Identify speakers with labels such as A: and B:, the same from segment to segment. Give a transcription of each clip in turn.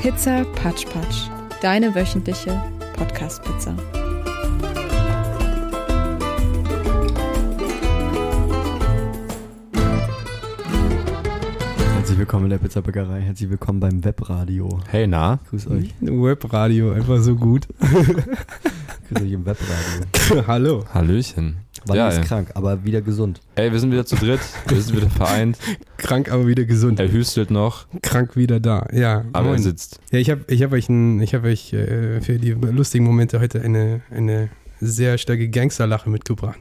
A: Pizza Patsch Patsch, deine wöchentliche Podcast-Pizza.
B: Herzlich willkommen in der Pizzabäckerei, herzlich willkommen beim Webradio.
C: Hey, na?
B: Grüß euch.
D: Hm? Webradio, einfach so gut.
B: Grüß euch im Webradio.
D: Hallo.
C: Hallöchen.
B: Wann
C: ja,
B: ist
C: ey.
B: krank, aber wieder gesund.
C: ey, wir sind wieder zu dritt, wir sind wieder vereint.
D: Krank, aber wieder gesund.
C: Er hüstelt noch,
D: Krank wieder da. Ja.
C: aber also
D: moin.
C: er sitzt.
D: ja ich habe ich hab euch, ein, ich hab euch äh, für die lustigen Momente heute eine, eine sehr starke Gangsterlache mitgebracht.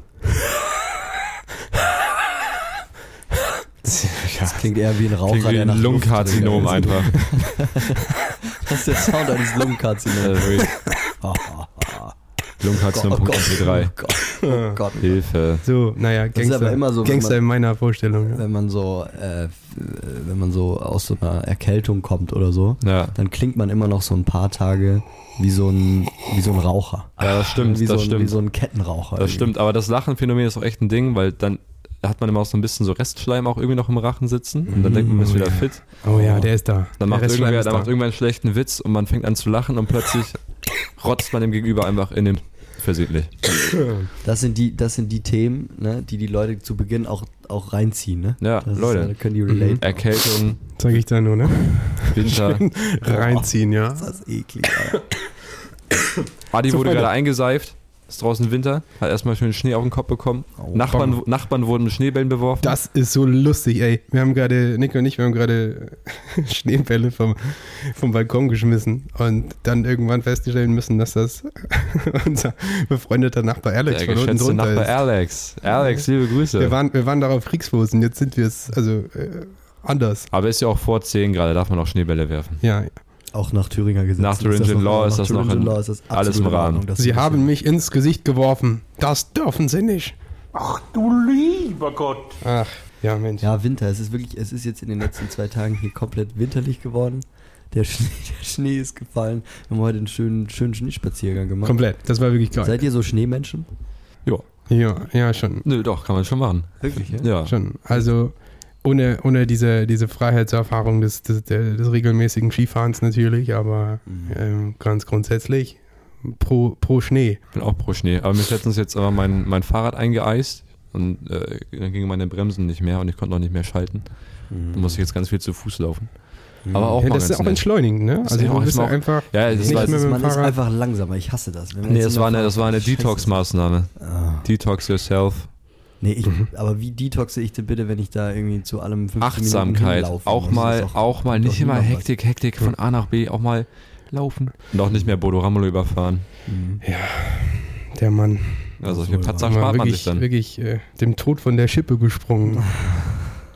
B: Das klingt eher wie ein Raucher,
C: Klingt wie
B: der
C: ein
B: nach Luft
C: Lungenkarzinom
B: dringt.
C: einfach.
B: Das ist der Sound eines
C: Äh,
B: Lungenkarzinoms.
C: wirklich.
B: Oh,
C: Lungenkarzinom.
B: oh
C: MP3.
B: Gott, oh Gott.
C: Hilfe.
D: So, naja,
B: Das ist
D: Gangster,
B: aber immer so, wenn
D: Gangster in meiner Vorstellung. Ja.
B: Wenn man so, äh, wenn man so aus so einer Erkältung kommt oder so,
C: Ja,
B: dann klingt man immer noch so ein paar Tage wie so ein, wie so ein Raucher.
C: ja das stimmt,
B: wie, so
C: das
B: ein, wie
C: stimmt.
B: so ein Kettenraucher.
C: das stimmt, aber das Lachenphänomen ist auch echt ein Ding, weil dann hat man immer auch so ein bisschen so Restschleim auch irgendwie noch im Rachen sitzen und dann denkt man, man
B: Mhm.
C: ist wieder fit.
D: Oh ja, der ist da.
C: Dann
D: der
C: macht,
D: Restschleim
C: irgendwer,
D: ist
C: dann
D: da.
C: macht irgendwer einen schlechten Witz und man fängt an zu lachen und plötzlich rotzt man dem Gegenüber einfach in den versehentlich.
B: Das sind die, das sind die Themen, ne, die die Leute zu Beginn auch, auch reinziehen. Ne?
C: Ja,
B: das
C: Leute.
B: Ist,
C: Mhm.
B: da können die relate.
C: Erkältung,
D: Zeig ich da nur, ne?
C: Winter.
D: Reinziehen, ja.
B: Das ist eklig. Alter.
C: Adi
D: Zur
C: wurde
D: Freude.
C: gerade eingeseift. Ist draußen Winter, hat erstmal schön Schnee auf den Kopf bekommen.
B: Oh,
C: Nachbarn, Nachbarn wurden mit Schneebällen beworfen.
D: Das ist so lustig, ey. Wir haben gerade, Nick und ich, wir haben gerade Schneebälle vom, vom Balkon geschmissen und dann irgendwann feststellen müssen, dass das unser befreundeter Nachbar Alex
C: der
D: von unten
C: geschätzte
D: drunter
C: Nachbar
D: ist.
C: Alex. Alex, liebe Grüße.
D: Wir waren, wir waren darauf Kriegsfuß und jetzt sind wir es, also äh, anders.
C: Aber ist ja auch vor 10 gerade, darf man auch Schneebälle werfen.
D: Ja,
B: Auch nach Thüringer Gesetz.
C: Nach Thuringian Law ist das noch in- alles im Rahmen.
D: sie haben mich ins Gesicht geworfen. Das dürfen sie nicht.
E: Ach du lieber Gott.
D: Ach, ja, Mensch.
B: Ja, Winter. Es ist wirklich, es ist jetzt in den letzten zwei Tagen hier komplett winterlich geworden. Der Schnee, der Schnee ist gefallen. Wir haben heute einen schönen, schönen Schneespaziergang gemacht.
D: Komplett. Das war wirklich geil.
B: Seid ihr so Schneemenschen?
D: Ja, ja, schon.
C: Nö, doch, kann man schon machen.
B: Wirklich, ja?
C: Ja.
D: Schon. Also ohne, ohne diese, diese Freiheitserfahrung des, des, der- des regelmäßigen Skifahrens natürlich, aber ähm, ganz grundsätzlich pro, pro Schnee.
C: Ich bin auch pro Schnee. Aber mir ist letztens jetzt aber mein, mein Fahrrad eingeeist und äh, dann gingen meine Bremsen nicht mehr und ich konnte noch nicht mehr schalten.
B: Mhm.
C: Dann muss ich jetzt ganz viel zu Fuß laufen. Aber auch
D: ja,
C: mal
D: das ist
C: ganz
D: auch
C: nett.
D: entschleunigend, ne? Also
C: ja
D: du
C: auch
D: bist
C: erstmal auch-
D: einfach
C: Ja, das
D: nicht
C: war,
D: mehr mit dem
B: man ist
D: Fahrrad.
B: einfach langsamer. Ich hasse das. Wenn man
C: nee,
B: jetzt
C: das
B: in
C: war
B: der
C: eine, das war eine
B: Fahrt- Scheiße.
C: Detox-Maßnahme.
B: Ah.
C: Detox yourself.
B: Nee, ich,
C: Mhm.
B: aber wie detoxe ich denn bitte, wenn ich da irgendwie zu allem 15 Minuten
C: Achtsamkeit.
B: hinlaufen
C: Auch
B: muss? Das
C: mal,
B: ist doch-
C: auch mal,
B: doch
C: nicht immer
B: niemand was.
C: Hektik, Hektik von A nach B, auch mal laufen. Noch nicht mehr Bodo Ramelow überfahren.
B: Mhm.
D: der Mann.
C: Also
B: Das
C: solche
B: wohl
C: Patzer
D: war
C: spart man sich
D: wirklich,
C: dann.
D: wirklich äh, dem Tod von der Schippe gesprungen.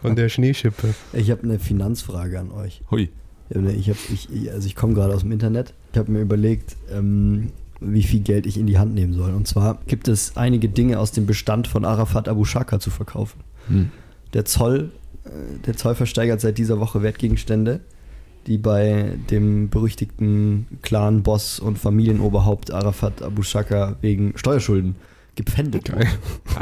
D: Von der Schneeschippe.
B: Ich habe eine Finanzfrage an euch.
C: Hui.
B: Ich hab, ich, ich- also ich komme gerade aus dem Internet. Ich habe mir überlegt, ähm, wie viel Geld ich in die Hand nehmen soll. Und zwar gibt es einige Dinge aus dem Bestand von Arafat Abu Shaka zu verkaufen.
C: Hm.
B: Der Zoll, äh, der Zoll versteigert seit dieser Woche Wertgegenstände, die bei dem berüchtigten Clan-Boss und Familienoberhaupt Arafat Abu Shaka wegen Steuerschulden gepfändet wurden.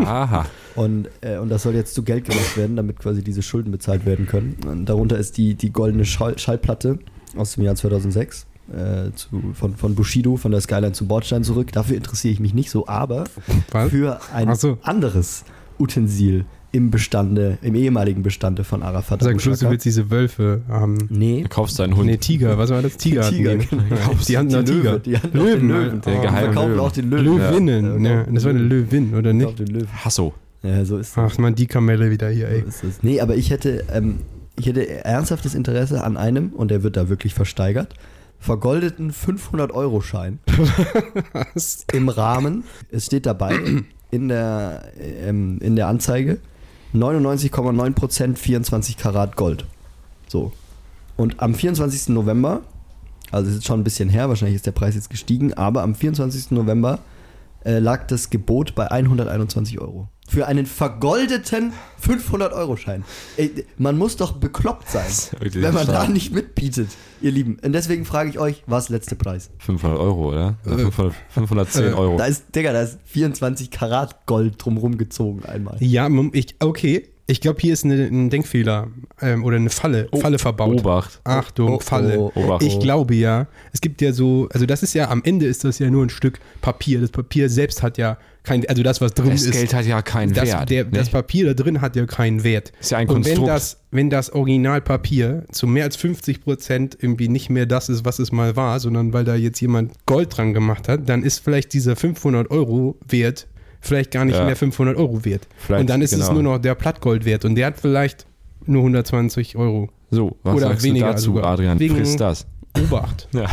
C: Aha.
B: Und, äh, und das soll jetzt zu Geld gemacht werden, damit quasi diese Schulden bezahlt werden können. Und darunter ist die, die goldene Schall Schallplatte aus dem Jahr 2006 äh, zu, von, von Bushido, von der Skyline zu Bordstein zurück. Dafür interessiere ich mich nicht so, aber
D: Was?
B: für ein
D: Ach so.
B: anderes Utensil im Bestande, im ehemaligen Bestande von Arafat.
D: Sag
B: Abu
D: bloß, du
B: Shaka.
D: willst diese Wölfe haben.
B: Nee,
C: Du kaufst deinen Hund.
D: Nee, Tiger, was war das? Tiger. hatten
B: Tiger,
D: die.
B: genau.
D: Die hatten da
B: Die
D: Tiger.
B: Löwe, die hatten auch den Löwen.
C: Der
D: oh.
B: wir
C: geheime
B: verkaufen
C: Löwen.
B: auch den Löwen.
D: Löwinnen.
B: Ja. genau.
D: Ja. Das war eine Löwin, oder
B: Ich
D: nicht?
B: glaube, den Löwen.
C: Hasso.
B: Ja, so ist das.
D: Ach man, die Kamelle wieder hier, ey.
B: So ist es. Nee, aber ich hätte, ähm, ich hätte ernsthaftes Interesse an einem, und der wird da wirklich versteigert, vergoldeten 500-Euro-Schein
D: Was?
B: im Rahmen. Es steht dabei in der, ähm, in der Anzeige 99,9% 24 Karat Gold. So. Und am 24. November, also es ist schon ein bisschen her, wahrscheinlich ist der Preis jetzt gestiegen, aber am 24. November äh, lag das Gebot bei 121 Euro. Für einen vergoldeten 500-Euro-Schein. Ey, Man muss doch bekloppt sein,
C: wirklich
B: wenn man da
C: stark.
B: nicht mitbietet, ihr Lieben. Und deswegen frage ich euch, was letzte Preis?
C: 500 Euro, oder?
D: Äh.
C: Oder 500, 510
D: Oh.
C: Euro.
B: Da ist, Digga, da ist 24 Karat Gold drumrum gezogen einmal.
D: Ja, Mom, ich, okay. Ich glaube, hier ist eine, ein Denkfehler ähm, oder eine Falle,
C: Oh.
D: Falle verbaut.
C: Obacht.
D: Achtung,
B: Oh, oh,
D: Falle.
B: oh,
C: Obacht.
D: Ich glaube ja, es gibt ja so, also das ist ja, am Ende ist das ja nur ein Stück Papier. Das Papier selbst hat ja kein, also das, was drin
C: Das
D: ist.
C: Geld hat ja keinen
D: das,
C: Wert.
D: Der,
C: ne?
D: Das Papier da drin hat ja keinen Wert.
C: Ist ja ein
D: Und wenn
C: Konstrukt.
D: das, wenn das Originalpapier zu mehr als 50 Prozent irgendwie nicht mehr das ist, was es mal war, sondern weil da jetzt jemand Gold dran gemacht hat, dann ist vielleicht dieser 500 Euro Wert vielleicht gar nicht
C: Ja.
D: mehr 500 Euro wert.
C: Vielleicht,
D: und dann ist es
C: genau.
D: nur noch der Plattgold wert und der hat vielleicht nur 120 Euro.
C: so, was
D: oder
C: sagst
D: weniger
C: du dazu,
D: sogar.
C: Adrian?
D: Wegen-
C: Friss das.
D: Obacht.
C: Ja.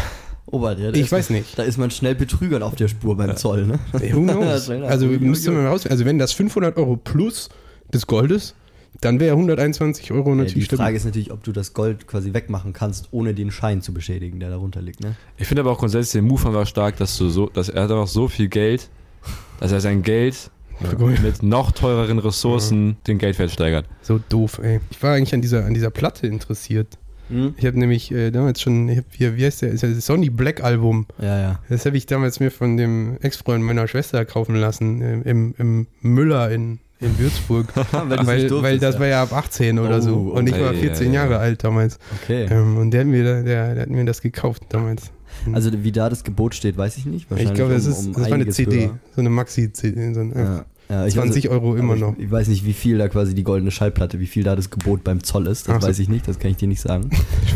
B: Ober, ja, da
D: Ich
B: ist-
D: weiß nicht.
B: Da ist man schnell Betrügern auf der Spur beim Zoll, ne?
D: Who knows?
B: Trainer.
D: also müsste man raus. Also wenn das 500 Euro plus des Goldes, dann wäre 121 Euro
B: Ja, Äh, die
D: natürlich
B: Frage ist natürlich, ob du das Gold quasi wegmachen kannst, ohne den Schein zu beschädigen, der darunter liegt, ne?
C: Ich finde aber auch grundsätzlich den Move einfach stark, dass du so, dass er hat einfach so viel Geld, dass er sein Geld mit noch teureren Ressourcen den Geldwert steigert.
D: So doof, ey. Ich war eigentlich an dieser, an dieser Platte interessiert. Ich habe nämlich äh, damals schon, ich hab hier, wie heißt der, ist ja das Sonny Black Album.
B: Ja, ja.
D: Das habe ich damals mir von dem Ex-Freund meiner Schwester kaufen lassen, äh, im, im Müller in, in Würzburg.
B: weil du's
D: weil
B: nicht durftest,
D: weil das
B: ja.
D: war ja ab 18 oder
B: Oh,
D: so. Und ich
C: okay.
D: war 14
C: Ja, ja,
D: Jahre
C: ja.
D: alt damals.
B: Okay.
D: Ähm, und der hat, mir, da- der, der hat mir das gekauft damals.
B: Also wie da das Gebot steht, weiß ich nicht. um,
D: Ich glaube, das, ist, das war eine
B: einiges
D: CD,
B: höher.
D: so eine Maxi-CD. So ein,
B: Ja. Ja, ich also,
D: 20 Euro
B: aber
D: immer
B: ich,
D: noch.
B: Ich weiß nicht, wie viel da quasi die goldene Schallplatte, wie viel da das Gebot beim Zoll ist. Das
D: Ach so.
B: weiß ich nicht, das kann ich dir nicht sagen.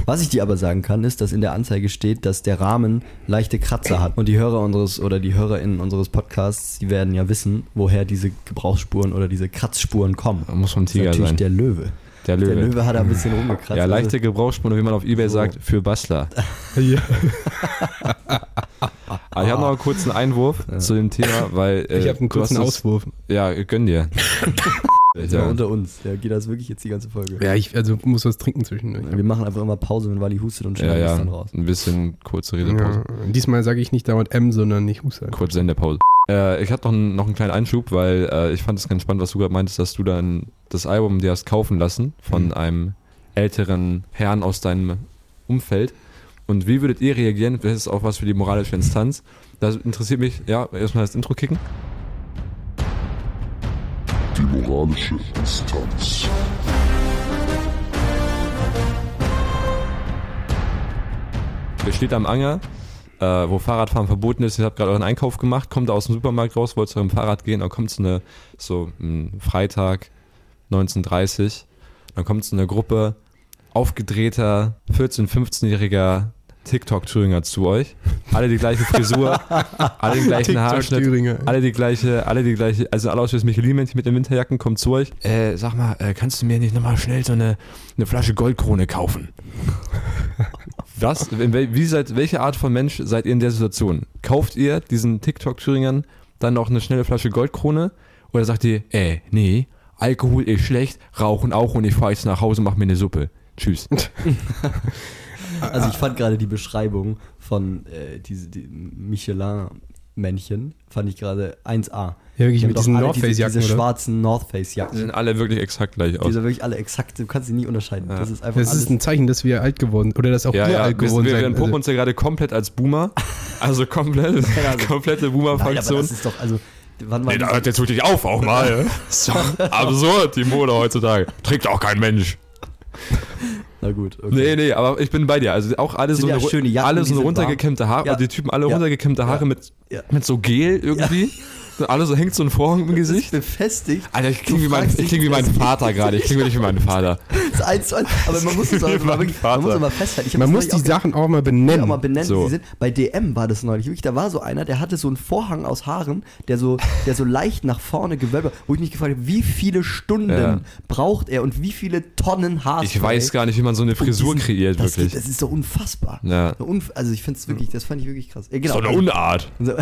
B: Was ich dir aber sagen kann, ist, dass in der Anzeige steht, dass der Rahmen leichte Kratzer hat. Und die Hörer unseres oder die HörerInnen unseres Podcasts, die werden ja wissen, woher diese Gebrauchsspuren oder diese Kratzspuren kommen.
C: Da muss vom
B: Das ist
C: Tiger
B: natürlich
C: sein.
B: der Löwe.
C: Der Löwe.
B: Der Löwe hat da ein bisschen rumgekratzt.
C: ja, leichte
B: Also,
C: Gebrauchsspuren, wie man auf Ebay sagt, für Bastler.
D: Ja.
C: Aber ich habe noch einen kurzen Einwurf zu dem Thema, weil. äh,
D: Ich habe einen
C: du hast
D: kurzen
C: das-
D: Auswurf.
C: Ja, gönn dir.
B: jetzt mal unter uns. Ja, geht das wirklich jetzt die ganze Folge?
D: Ja, ich also muss was trinken zwischendurch.
B: Wir machen einfach immer Pause, wenn Wally hustet und
C: ja,
B: schneiden
C: ja.
B: das dann raus.
C: Ein bisschen kurze Redepause.
D: Ja, diesmal sage ich nicht dauernd M, sondern nicht Hussein.
C: Kurz Sendepause. Äh, ich hatte noch, einen- noch einen kleinen Einschub, weil äh, ich fand es ganz spannend, was du gerade meintest, dass du dann das Album dir hast kaufen lassen von einem älteren Herrn aus deinem Umfeld. Und wie würdet ihr reagieren? Das ist auch was für die moralische Instanz. Das interessiert mich. Ja, erstmal das Intro kicken.
F: Die moralische Instanz.
C: Ihr steht am Anger, äh, wo Fahrradfahren verboten ist. Ihr habt gerade euren Einkauf gemacht, kommt aus dem Supermarkt raus, wollt zu eurem Fahrrad gehen, dann kommt so eine, so ein Freitag, 19.30 dann kommt so eine Gruppe aufgedrehter 14-, 15-jähriger TikTok-Thüringer zu euch. Alle die gleiche Frisur, alle den gleichen Haarschnitt,
D: Thüringer.
C: alle die gleiche, alle die gleiche, also alle aus wie das Michelin-Männchen mit den Winterjacken kommen zu euch. Äh, sag mal, äh, kannst du mir nicht nochmal schnell so eine, eine Flasche Goldkrone kaufen? Was, in wel, wie seid, welche Art von Mensch seid ihr in der Situation? Kauft ihr diesen TikTok-Thüringern dann noch eine schnelle Flasche Goldkrone? Oder sagt ihr, äh, nee, Alkohol ist schlecht, Rauchen auch und ich fahr jetzt nach Hause und mach mir eine Suppe. Tschüss.
B: Also ich fand gerade die Beschreibung von äh, diese die Michelin-Männchen, fand ich gerade 1A.
D: Ja, wirklich
B: Die haben
D: mit
B: doch
D: diesen
B: alle
D: North
B: diese,
D: Face-Jacken,
B: diese
D: oder?
B: schwarzen North
C: Die
B: Face-Jacken.
C: sehen alle wirklich exakt gleich
B: Die
C: aus.
B: sind wirklich alle exakt, du kannst sie nie unterscheiden. Das ist einfach
D: Das ist ein
B: alles.
D: Zeichen, dass wir alt geworden oder dass auch
C: Ja,
D: wir
C: ja,
D: alt
C: wir,
D: geworden
C: wir, wir
D: sind.
C: entpuppen uns ja gerade komplett als Boomer. Also komplett,
B: Ahnung.
C: komplette
B: Nein, aber
C: Boomer-Faktion.
B: das ist doch, also, wann war
C: Nee, da
B: diese,
C: hört jetzt wirklich auf auch mal. Ist doch absurd, die Mode heutzutage. Trägt auch kein Mensch.
B: Na gut, okay.
C: Nee, nee, aber ich bin bei dir. Also auch alle
B: Sind
C: so,
B: ja
C: eine, ru-
B: schöne Jacken,
C: alle
B: die
C: so eine
B: sind
C: runtergekämmte Haare,
B: Ja.
C: also die Typen alle
B: Ja.
C: runtergekämmte Haare mit,
B: Ja.
C: mit so Gel irgendwie. Und Alle so hängt so ein Vorhang im
B: Das ist
C: Gesicht.
B: befestigt.
C: Alter, ich klinge
B: Du
C: wie mein,
B: fragst
C: ich kling wie
B: dich,
C: mein
B: das-
C: Vater gerade. Ich klinge wirklich wie mein Vater.
B: Das ist eins zu eins. Aber man muss es auch
C: Wie
B: mal,
C: mein
B: wirklich- man muss
C: Vater.
B: auch mal festhalten. Ich hab
D: Man
B: das
D: muss
B: neulich
D: die
B: auch
D: Sachen auch mal
B: Ja,
D: benennen.
B: aber benennen,
C: So.
B: die sind, bei DM war das neulich, wirklich, da war so einer, der hatte so einen Vorhang aus Haaren, der so, der so leicht nach vorne gewölbt war, wo ich mich gefragt habe, wie viele Stunden
C: Ja.
B: braucht er und wie viele Tonnen Haare.
C: Ich weiß gar nicht, wie man so eine Frisur kreiert,
B: das
C: wirklich.
B: Geht, das ist so unfassbar.
C: Ja.
B: So unf also ich finde es wirklich, das fand ich wirklich krass. Äh, genau.
C: So eine Unart.
B: Also-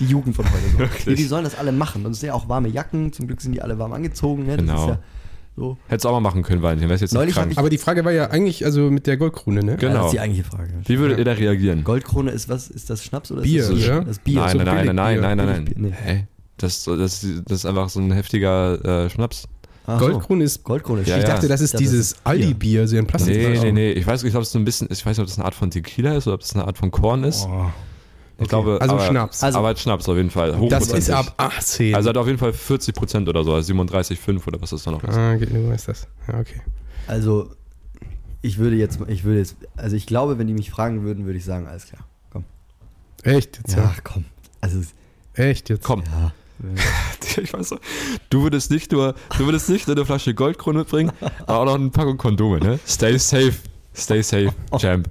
B: die Jugend von heute. So. Nee,
C: Wirklich.
B: die sollen das alle machen. Und es sind ja auch warme Jacken, zum Glück sind die alle warm angezogen. Ne? Das
C: Genau.
B: ist ja so.
C: Hättest du auch mal machen können, Valentin. Wärst jetzt nicht
B: Neulich hab
C: krank.
B: ich-
D: Aber die Frage war ja eigentlich also mit der Goldkrone, ne?
C: Genau.
B: Ja, das ist die eigentliche Frage.
C: Wie würdet ihr da reagieren?
B: Goldkrone ist was? Ist das Schnaps oder
D: Bier,
B: ist das,
D: ja?
B: das ist Bier?
C: nein,
D: so
C: nein, nein,
D: billig
C: nein, nein,
D: Bier.
C: nein, nein,
B: Billig Bier, nee.
C: Hä? Das, das, das ist einfach so ein heftiger äh, Schnaps.
B: Ach so.
D: Goldkrone ist.
B: Goldkrone.
C: Ja,
D: Ich
C: ja.
D: dachte, das ist
B: Das ist
D: dieses
B: Bier.
D: Aldi-Bier, so ein Plastik.
C: Nee, nee, nee. Ich weiß, ich glaube, es ist so ein bisschen, ich weiß nicht, ob das eine Art von Tequila ist oder ob das eine Art von Korn ist.
D: Oh.
C: Ich glaube,
D: also
C: aber,
D: Schnaps.
B: Also-
C: aber Schnaps auf jeden Fall.
D: das
C: Hochprozentig.
D: ist ab 18.
C: Also hat auf jeden Fall 40 Prozent oder so, also 37,5 oder was das da noch ist.
D: ah, genau ist das. Ja, okay.
B: Also, ich würde jetzt, ich würde jetzt, also ich glaube, wenn die mich fragen würden, würde ich sagen, alles klar, komm.
D: Echt jetzt? Ja.
B: Ja, komm. Also,
D: Echt jetzt?
C: Komm,
B: ja.
C: ich weiß so, du würdest nicht nur, du würdest nicht nur eine Flasche Goldkrone mitbringen, aber auch noch eine Packung Kondome, ne? Stay safe. Stay safe, Champ.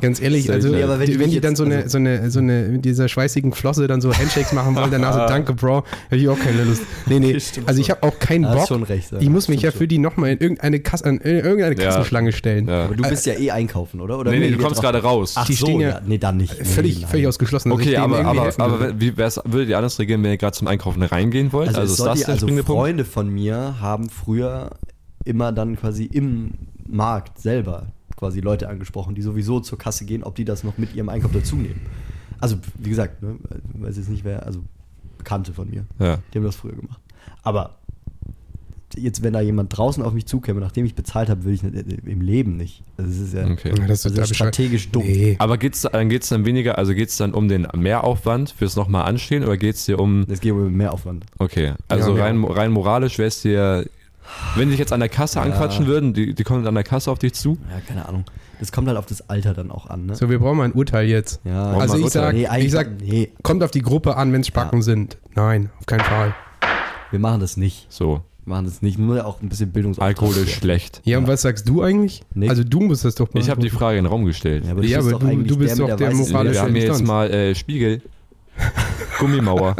D: Ganz ehrlich,
C: Sehr
D: also
C: geil. Ja,
B: aber
D: wenn
B: wenn
D: die,
B: die
D: wenn die
B: jetzt-
D: dann so eine,
B: also-
D: so eine, so eine, mit dieser schweißigen Flosse dann so Handshakes machen wollen, danach so Danke, Bro, hätte ich auch keine Lust. Nee, nee, also ich habe auch keinen
B: Hast
D: Bock.
B: schon recht, ja.
D: ich muss mich ja
B: Stimmt
D: für die nochmal in irgendeine, Kasse, in irgendeine
C: Ja.
D: Kassenschlange stellen.
C: Ja.
B: Aber du bist ja eh einkaufen, oder? oder
C: Nee, nee,
B: Nee,
C: du kommst
B: jetzt auch-
C: gerade raus.
B: Ach
D: Äh, Die
B: so,
D: stehen ja-
B: ja. Nee, dann nicht. Nee,
D: Völlig,
B: nein.
D: völlig ausgeschlossen. dass ich
C: Okay,
D: denen
C: aber,
D: irgendwie
C: aber,
D: helfen würde.
C: aber wie wär's, würdet ihr anders reagieren, wenn ihr gerade zum Einkaufen reingehen wollt?
B: Also,
C: Also,
B: es
C: ist
B: soll
C: das
B: die,
C: der
B: also
C: springende Punkt?
B: Freunde von mir haben früher immer dann quasi im Markt selber quasi Leute angesprochen, die sowieso zur Kasse gehen, ob die das noch mit ihrem Einkauf dazu nehmen. Also, wie gesagt, ne, weiß jetzt nicht wer, also Bekannte von mir.
C: Ja.
B: Die haben das früher gemacht. Aber jetzt, wenn da jemand draußen auf mich zukäme, nachdem ich bezahlt habe, will ich nicht, äh, im Leben nicht. Also, es ist ja
C: Okay.
D: Ja, das ist
B: also
D: total bescheuert.
B: strategisch dumm.
D: Nee.
C: Aber geht's, da- dann geht's dann weniger, also geht's dann um den Mehraufwand fürs nochmal anstehen oder geht's dir um,
B: Es geht um mehr Aufwand.
C: okay, also
D: Ja,
C: rein, rein moralisch wär's dir, wenn die dich jetzt an der Kasse anquatschen würden, die, die kommen an der Kasse auf dich zu,
B: Ja, keine Ahnung. Das kommt halt auf das Alter dann auch an, ne?
D: So, wir brauchen mal ein Urteil jetzt.
B: Ja,
C: Brauchen
D: also
C: wir ein
D: ich
C: Urteil?
D: sag,
B: Nee, eigentlich-
D: ich sag,
B: nee.
D: kommt auf die Gruppe an, wenn es Spacken sind. Nein, auf keinen Fall.
B: Wir machen das nicht.
C: so,
B: Wir machen das nicht. Nur auch ein bisschen Bildungsauftrag.
C: Alkohol ist schlecht.
D: Ja, und was sagst du eigentlich?
B: Nix.
D: Also du musst das doch
C: Ich habe die
D: beantworten.
C: Frage in den Raum gestellt.
B: Ja, aber du
D: Ja,
B: bist
D: aber
B: doch
D: du-
B: eigentlich
D: du
B: der,
D: bist
B: mit
D: doch
B: der,
D: der
B: weißen
D: moralische-
B: Brille.
C: wir haben hier jetzt
D: Instanz.
C: mal äh, Spiegel, Gummimauer.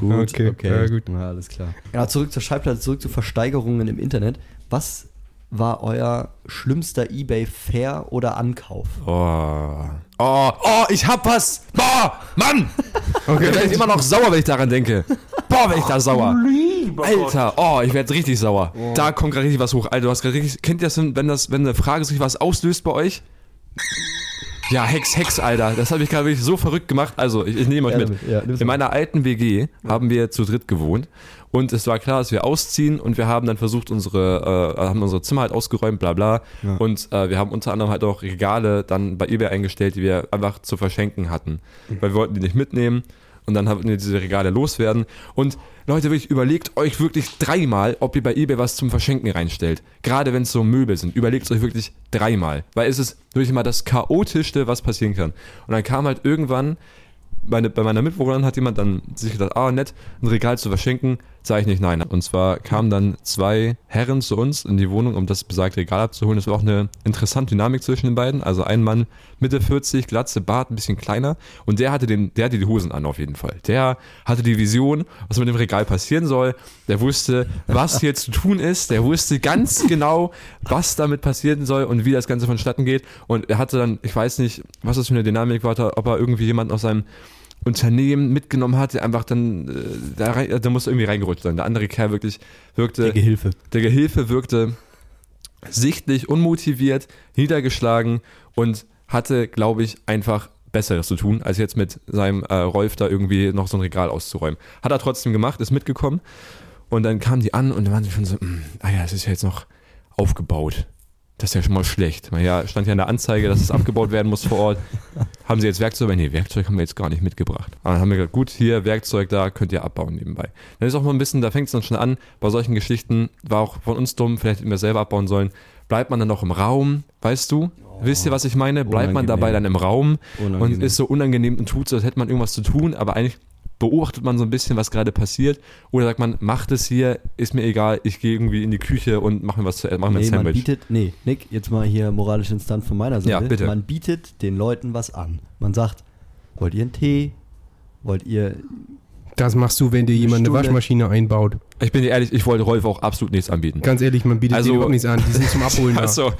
B: Gut,
D: Okay,
B: okay.
D: ja, gut.
B: Na, alles klar. Ja, zurück zur Schallplatte, zurück zu Versteigerungen im Internet. Was war euer schlimmster Ebay-Fair- oder Ankauf?
D: Äh,
C: Oh. Oh, oh, ich hab was! Boah, Mann! Da werd ich immer noch sauer, wenn ich daran denke. Boah, werd ich da sauer.
E: Lieber
C: Alter, oh, ich werd richtig sauer.
B: Oh.
C: Da kommt gerade richtig was hoch. Alter, du hast gerade richtig. Kennt ihr das, denn, wenn das, wenn eine Frage sich was auslöst bei euch? Ja, Hex, Hex, Alter. Das hat mich gerade wirklich so verrückt gemacht. Also, ich, ich nehme euch
B: Ja,
C: mit.
B: damit, ja, nimm's mit.
C: In meiner alten WG haben wir zu dritt gewohnt und es war klar, dass wir ausziehen und wir haben dann versucht, unsere, äh, haben unsere Zimmer halt ausgeräumt, bla bla. Und äh, wir haben unter anderem halt auch Regale dann bei Ebay eingestellt, die wir einfach zu verschenken hatten. Weil wir wollten die nicht mitnehmen und dann haben wir diese Regale loswerden. Und Leute, wirklich, überlegt euch wirklich dreimal, ob ihr bei Ebay was zum Verschenken reinstellt. Gerade wenn es so Möbel sind. Überlegt euch wirklich dreimal. Weil es ist wirklich mal das chaotischste, was passieren kann. Und dann kam halt irgendwann meine, bei meiner Mitbewohnerin hat jemand dann sich gedacht, ah, nett, ein Regal zu verschenken, sage ich nicht nein. Und zwar kamen dann zwei Herren zu uns in die Wohnung, um das besagte Regal abzuholen. Das war auch eine interessante Dynamik zwischen den beiden. Also ein Mann Mitte 40, Glatze, Bart, ein bisschen kleiner. Und der hatte, den, der hatte die Hosen an auf jeden Fall. Der hatte die Vision, was mit dem Regal passieren soll. Der wusste, was hier zu tun ist. Der wusste ganz genau, was damit passieren soll und wie das Ganze vonstatten geht. Und er hatte dann, ich weiß nicht, was das für eine Dynamik war, ob er irgendwie jemanden aus seinem Unternehmen mitgenommen hat, der einfach dann, äh, da, rein, da muss irgendwie reingerutscht sein. Der andere Kerl wirklich wirkte, der,
B: Gehilfe.
C: Gehilfe wirkte sichtlich unmotiviert, niedergeschlagen und hatte, glaube ich, einfach Besseres zu tun, als jetzt mit seinem äh, Rolf da irgendwie noch so ein Regal auszuräumen. Hat er trotzdem gemacht, ist mitgekommen und dann kamen die an und dann waren sie schon so, "Mm, ah ja, es ist ja jetzt noch aufgebaut. Das ist ja schon mal schlecht. Na Ja, stand ja in der Anzeige, dass es abgebaut werden muss vor Ort. Haben sie jetzt Werkzeug? Nee, Werkzeug haben wir jetzt gar nicht mitgebracht. Aber dann haben wir gesagt, gut, hier, Werkzeug da, könnt ihr abbauen nebenbei. Dann ist auch mal ein bisschen, da fängt es dann schon an, bei solchen Geschichten, war auch von uns dumm, vielleicht hätten wir selber abbauen sollen, bleibt man dann noch im Raum, weißt du? Wisst ihr, was ich meine? Bleibt man
B: Unangenehm.
C: dabei dann im Raum und
B: Unangenehm.
C: ist so unangenehm und tut so, als hätte man irgendwas zu tun, aber eigentlich beobachtet man so ein bisschen, was gerade passiert oder sagt man, macht es hier, ist mir egal, ich gehe irgendwie in die Küche und mache mir was zu, äh, mach mir
B: Nee,
C: ein
B: man
C: Sandwich.
B: bietet, nee, Nick, jetzt mal hier moralisch instant von meiner Seite.
C: Ja, bitte.
B: Man bietet den Leuten was an. Man sagt, wollt ihr einen Tee? Wollt ihr
D: Das machst du, wenn dir jemand eine
B: Stunde.
D: Waschmaschine einbaut.
C: Ich bin dir ehrlich, ich wollte Rolf auch absolut nichts anbieten.
B: Genau.
D: Ganz ehrlich, man bietet
C: Also-
D: also, überhaupt nichts an. Die sind zum Abholen da.
C: Also,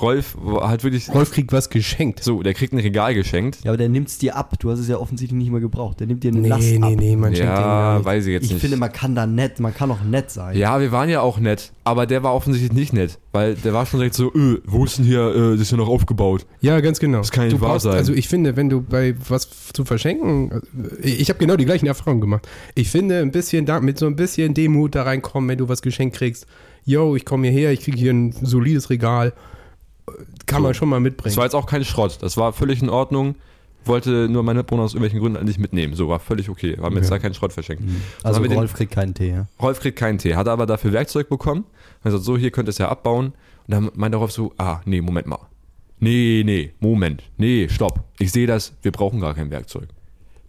C: Rolf hat wirklich.
D: Rolf kriegt was geschenkt.
C: So, der kriegt ein Regal geschenkt.
B: Ja, aber der nimmt es dir ab. Du hast es ja offensichtlich nicht mehr gebraucht. Der nimmt dir eine Last ab.
D: man denen
C: Ja, weiß ich jetzt
B: Ich
C: nicht.
B: finde, man kann da nett, man kann auch nett sein.
C: ja, wir waren ja auch nett, aber der war offensichtlich nicht nett, weil der war schon direkt so, öh, wo ist denn hier, äh, das ist ja noch aufgebaut.
D: Ja, ganz genau. Das
C: kann nicht
D: du
C: wahr
D: brauchst,
C: sein.
D: Also ich finde, wenn du bei was f- zu verschenken, ich, ich habe genau die gleichen Erfahrungen gemacht. Ich finde, ein bisschen da, mit so ein bisschen Demut da reinkommen, wenn du was geschenkt kriegst. Yo, ich komme hierher, ich kriege hier ein solides Regal. Kann man schon mal mitbringen.
C: Das war jetzt auch kein Schrott, das war völlig in Ordnung. wollte nur meine Mitbewohner aus irgendwelchen Gründen nicht mitnehmen. So, war völlig okay. Haben jetzt da keinen Schrott verschenkt.
B: Also
C: haben wir den-
B: Rolf kriegt keinen Tee, ja.
C: Rolf kriegt keinen Tee, hat aber dafür Werkzeug bekommen. Er sagt, so, hier könnt ihr es ja abbauen. Und dann meinte Rolf so, ah, nee, Moment mal. Nee, nee, Moment. Nee, stopp. Ich sehe das, wir brauchen gar kein Werkzeug.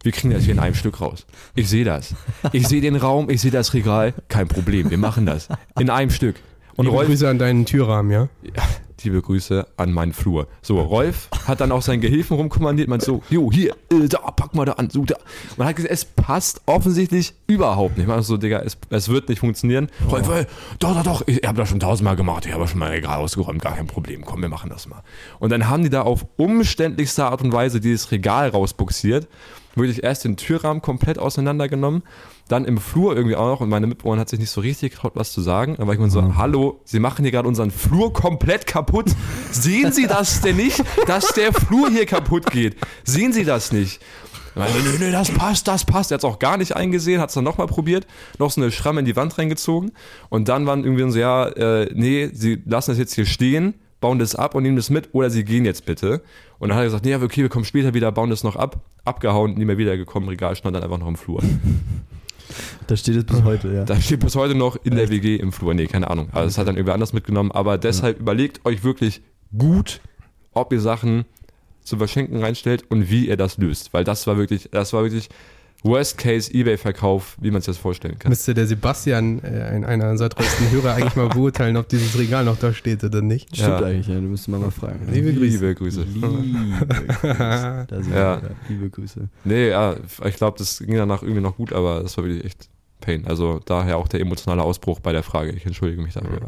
C: Wir kriegen das hier in einem Stück raus. Ich sehe das. Ich sehe den Raum, ich sehe das Regal. Kein Problem, wir machen das. In einem Stück. Und
D: Liebe
C: Rolf,
D: Grüße an deinen Türrahmen, ja?
C: liebe Grüße an meinen Flur. So, Rolf hat dann auch seinen Gehilfen rumkommandiert, meint so, jo, hier, äh, da, pack mal da an, so, da. Und hat gesagt, es passt offensichtlich überhaupt nicht. Man so, Digga, es, es wird nicht funktionieren. Rolf, äh, doch, doch, doch, ich habe das schon tausendmal gemacht, ich habe schon mein Regal ausgeräumt, gar kein Problem, komm, wir machen das mal. Und dann haben die da auf umständlichste Art und Weise dieses Regal rausbuxiert. Wirklich erst den Türrahmen komplett auseinandergenommen, dann im Flur irgendwie auch noch und meine Mitbewohnerin hat sich nicht so richtig getraut, was zu sagen. Dann war ich mir so, hallo, Sie machen hier gerade unseren Flur komplett kaputt. Sehen Sie das denn nicht, dass der Flur hier kaputt geht? Sehen Sie das nicht? Und er so, Nö, nö, das passt, das passt. Er hat es auch gar nicht eingesehen, hat es dann nochmal probiert, noch so eine Schramme in die Wand reingezogen und dann waren irgendwie so, ja, äh, nee, Sie lassen das jetzt hier stehen, bauen das ab und nehmen das mit oder sie gehen jetzt bitte. Und dann hat er gesagt, nee, okay, wir kommen später wieder, bauen das noch ab. Abgehauen, nie mehr wiedergekommen, Regal stand dann einfach noch im Flur.
B: Da steht es bis heute, ja.
C: Da steht bis heute noch in der WG im Flur. Nee, keine Ahnung. Also das hat dann irgendwer anders mitgenommen. Aber deshalb überlegt euch wirklich gut, ob ihr Sachen zum Verschenken reinstellt und wie ihr das löst. Weil das war wirklich, das war wirklich Worst Case Ebay-Verkauf, wie man es jetzt vorstellen kann.
D: Müsste der Sebastian, äh, in einer unserer treuesten Hörer, eigentlich mal beurteilen, ob dieses Regal noch da steht oder nicht.
B: Stimmt
C: Ja.
B: eigentlich, ja. Du müsstest mal mal fragen.
D: Liebe Grüße.
C: Liebe Grüße.
B: Liebe Grüße. Da sind
C: Ja.
B: wir wieder. Liebe Grüße.
C: Nee, ja, ich glaube, das ging danach irgendwie noch gut, aber das war wirklich echt Pain. Also daher auch der emotionale Ausbruch bei der Frage. Ich entschuldige mich dafür.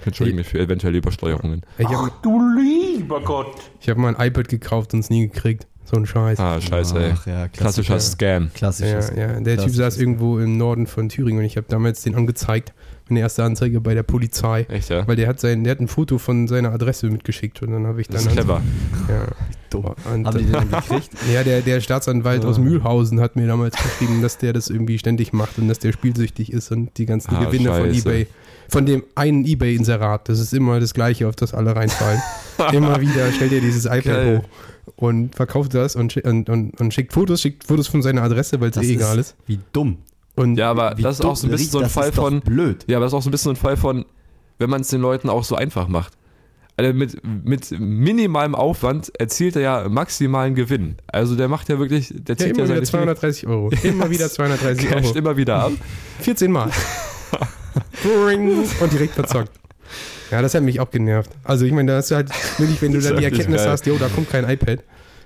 C: Ich entschuldige mich für eventuelle Übersteuerungen.
D: Ich
E: Ach
D: habe
E: du lieber Gott.
D: ich hab mal ein iPad gekauft und es nie gekriegt. So ein Scheiß.
C: Ah, scheiße, ey.
B: Ach ja,
C: Klassischer
B: klassischer.
C: Scam.
B: Klassisches.
D: Ja, ja. Der Typ
B: Klassisches.
D: saß irgendwo im Norden von Thüringen und ich habe damals den angezeigt. Meine erste Anzeige bei der Polizei.
C: Echt, ja?
D: Weil der hat, sein, der hat ein Foto von seiner Adresse mitgeschickt und dann habe ich dann.
C: Das ist clever.
D: Ja.
B: Dumm.
D: Und,
B: Haben die den dann gekriegt?
D: ja, der, der Staatsanwalt aus Mühlhausen hat mir damals geschrieben, dass der das irgendwie ständig macht und dass der spielsüchtig ist und die ganzen
C: Ah,
D: Gewinne von
C: scheiße.
D: Ebay. Von dem einen Ebay-Inserat. Das ist immer das Gleiche, auf das alle reinfallen. immer wieder stellt er dieses iPad
C: Geil.
D: hoch und verkauft das und, schi- und, und, und schickt Fotos, schickt Fotos von seiner Adresse, weil es
B: Das
D: eh egal ist.
B: Wie dumm.
D: Und
C: Ja, aber
B: Wie
C: das ist
B: dumm.
C: auch so ein bisschen so ein
B: Das
C: Fall
B: ist doch
C: von.
B: Blöd.
C: Ja, aber das ist auch so ein bisschen so ein Fall von, wenn man es den Leuten auch so einfach macht. Also mit, mit minimalem Aufwand erzielt er ja maximalen Gewinn. Also der macht ja wirklich, der
D: ja,
C: zieht ja,
D: immer
C: seine
D: wieder
C: Finger-
D: 230 Euro. Immer wieder 230
C: casht
D: Euro.
C: immer wieder ab.
D: 14 Mal. Boing. Und direkt verzockt. Ja, das hat mich auch genervt. Also ich meine, da hast du halt wirklich, wenn du
C: Das
D: dann die
C: ist
D: Erkenntnis
C: geil.
D: hast, jo, da kommt kein iPad,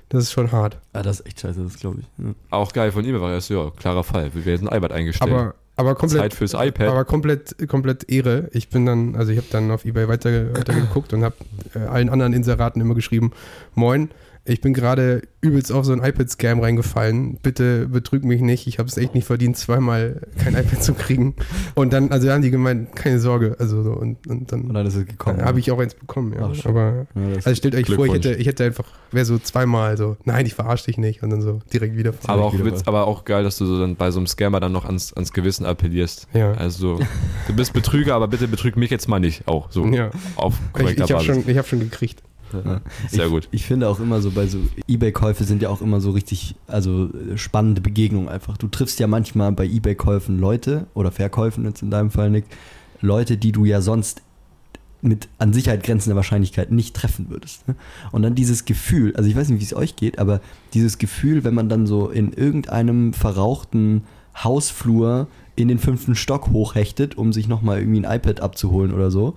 D: das ist schon hart.
B: Ah, das ist echt scheiße, das glaube ich. Ja.
C: Auch geil von ihm, war das ja klarer Fall. Wir werden ein iPad eingestellt.
D: Aber, aber komplett,
C: Zeit fürs iPad.
D: aber komplett, komplett Ehre. Ich bin dann, also ich habe dann auf Ebay weiter, weitergeguckt und habe äh, allen anderen Inseraten immer geschrieben, moin, ich bin gerade übelst auf so ein iPad-Scam reingefallen. Bitte betrüg mich nicht. Ich habe es echt nicht verdient, zweimal kein iPad zu kriegen. Und dann, also haben die gemeint, keine Sorge. Also so, und, und dann
B: Und dann ist es gekommen.
D: Habe ich auch eins bekommen, ja.
B: Ach, schön.
D: Aber
B: Ja, das
D: also stellt euch vor, ich
C: Glückwunsch.
D: hätte, ich hätte einfach, wäre so zweimal so, nein, ich verarsche dich nicht und dann so direkt wieder.
C: Aber auch,
B: wieder
C: Witz,
B: was.
C: aber auch geil, dass du so dann bei so einem Scammer dann noch ans, ans Gewissen appellierst.
D: Ja.
C: Also, du bist Betrüger, aber bitte betrüg mich jetzt mal nicht. Auch so
D: ja.
C: auf
D: Ich,
C: korrekter
D: ich habe
C: Basis.
D: schon, ich hab schon gekriegt.
C: Sehr
B: ich,
C: gut.
B: Ich finde auch immer so, bei so Ebay-Käufe sind ja auch immer so richtig, also äh, spannende Begegnungen einfach. Du triffst ja manchmal bei Ebay-Käufen Leute oder Verkäufen jetzt in deinem Fall, Nick, Leute, die du ja sonst mit an Sicherheit grenzender Wahrscheinlichkeit nicht treffen würdest. Ne? Und dann dieses Gefühl, also ich weiß nicht, wie es euch geht, aber dieses Gefühl, wenn man dann so in irgendeinem verrauchten Hausflur in den fünften Stock hochhechtet, um sich nochmal irgendwie ein iPad abzuholen oder so,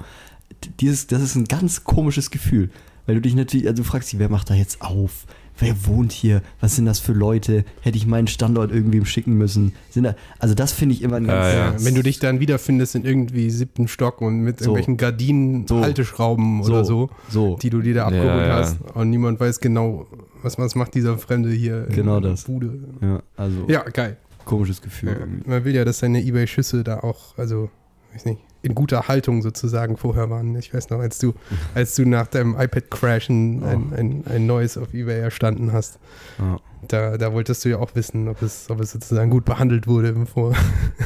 B: d- dieses, das ist ein ganz komisches Gefühl. Weil du dich natürlich, also du fragst dich, wer macht da jetzt auf? Wer wohnt hier? Was sind das für Leute? Hätte ich meinen Standort irgendwem schicken müssen? Sind da, also das finde ich immer ein ganz...
C: Ja, ja.
D: Wenn du dich dann wiederfindest in irgendwie siebten Stock und mit
B: So.
D: irgendwelchen Gardinen,
B: So.
D: alte Schrauben oder so,
B: so.
D: die du dir da abgeholt
C: Ja, ja.
D: hast und niemand weiß genau, was, was macht dieser Fremde hier
B: Genau
D: in der
B: das.
D: Bude.
B: Ja, also
D: Ja, geil.
B: komisches
D: Ja.
B: Gefühl.
C: ähm,
B: irgendwie.
D: Man will ja, dass deine Ebay-Schüsse da auch, also, weiß nicht, in guter Haltung sozusagen vorher waren. Ich weiß noch, als du, als du nach deinem iPad-Crash
C: Oh.
D: ein, ein, ein, ein neues auf Ebay erstanden hast,
B: Ja.
D: da, da wolltest du ja auch wissen, ob es, ob es sozusagen gut behandelt wurde, bevor,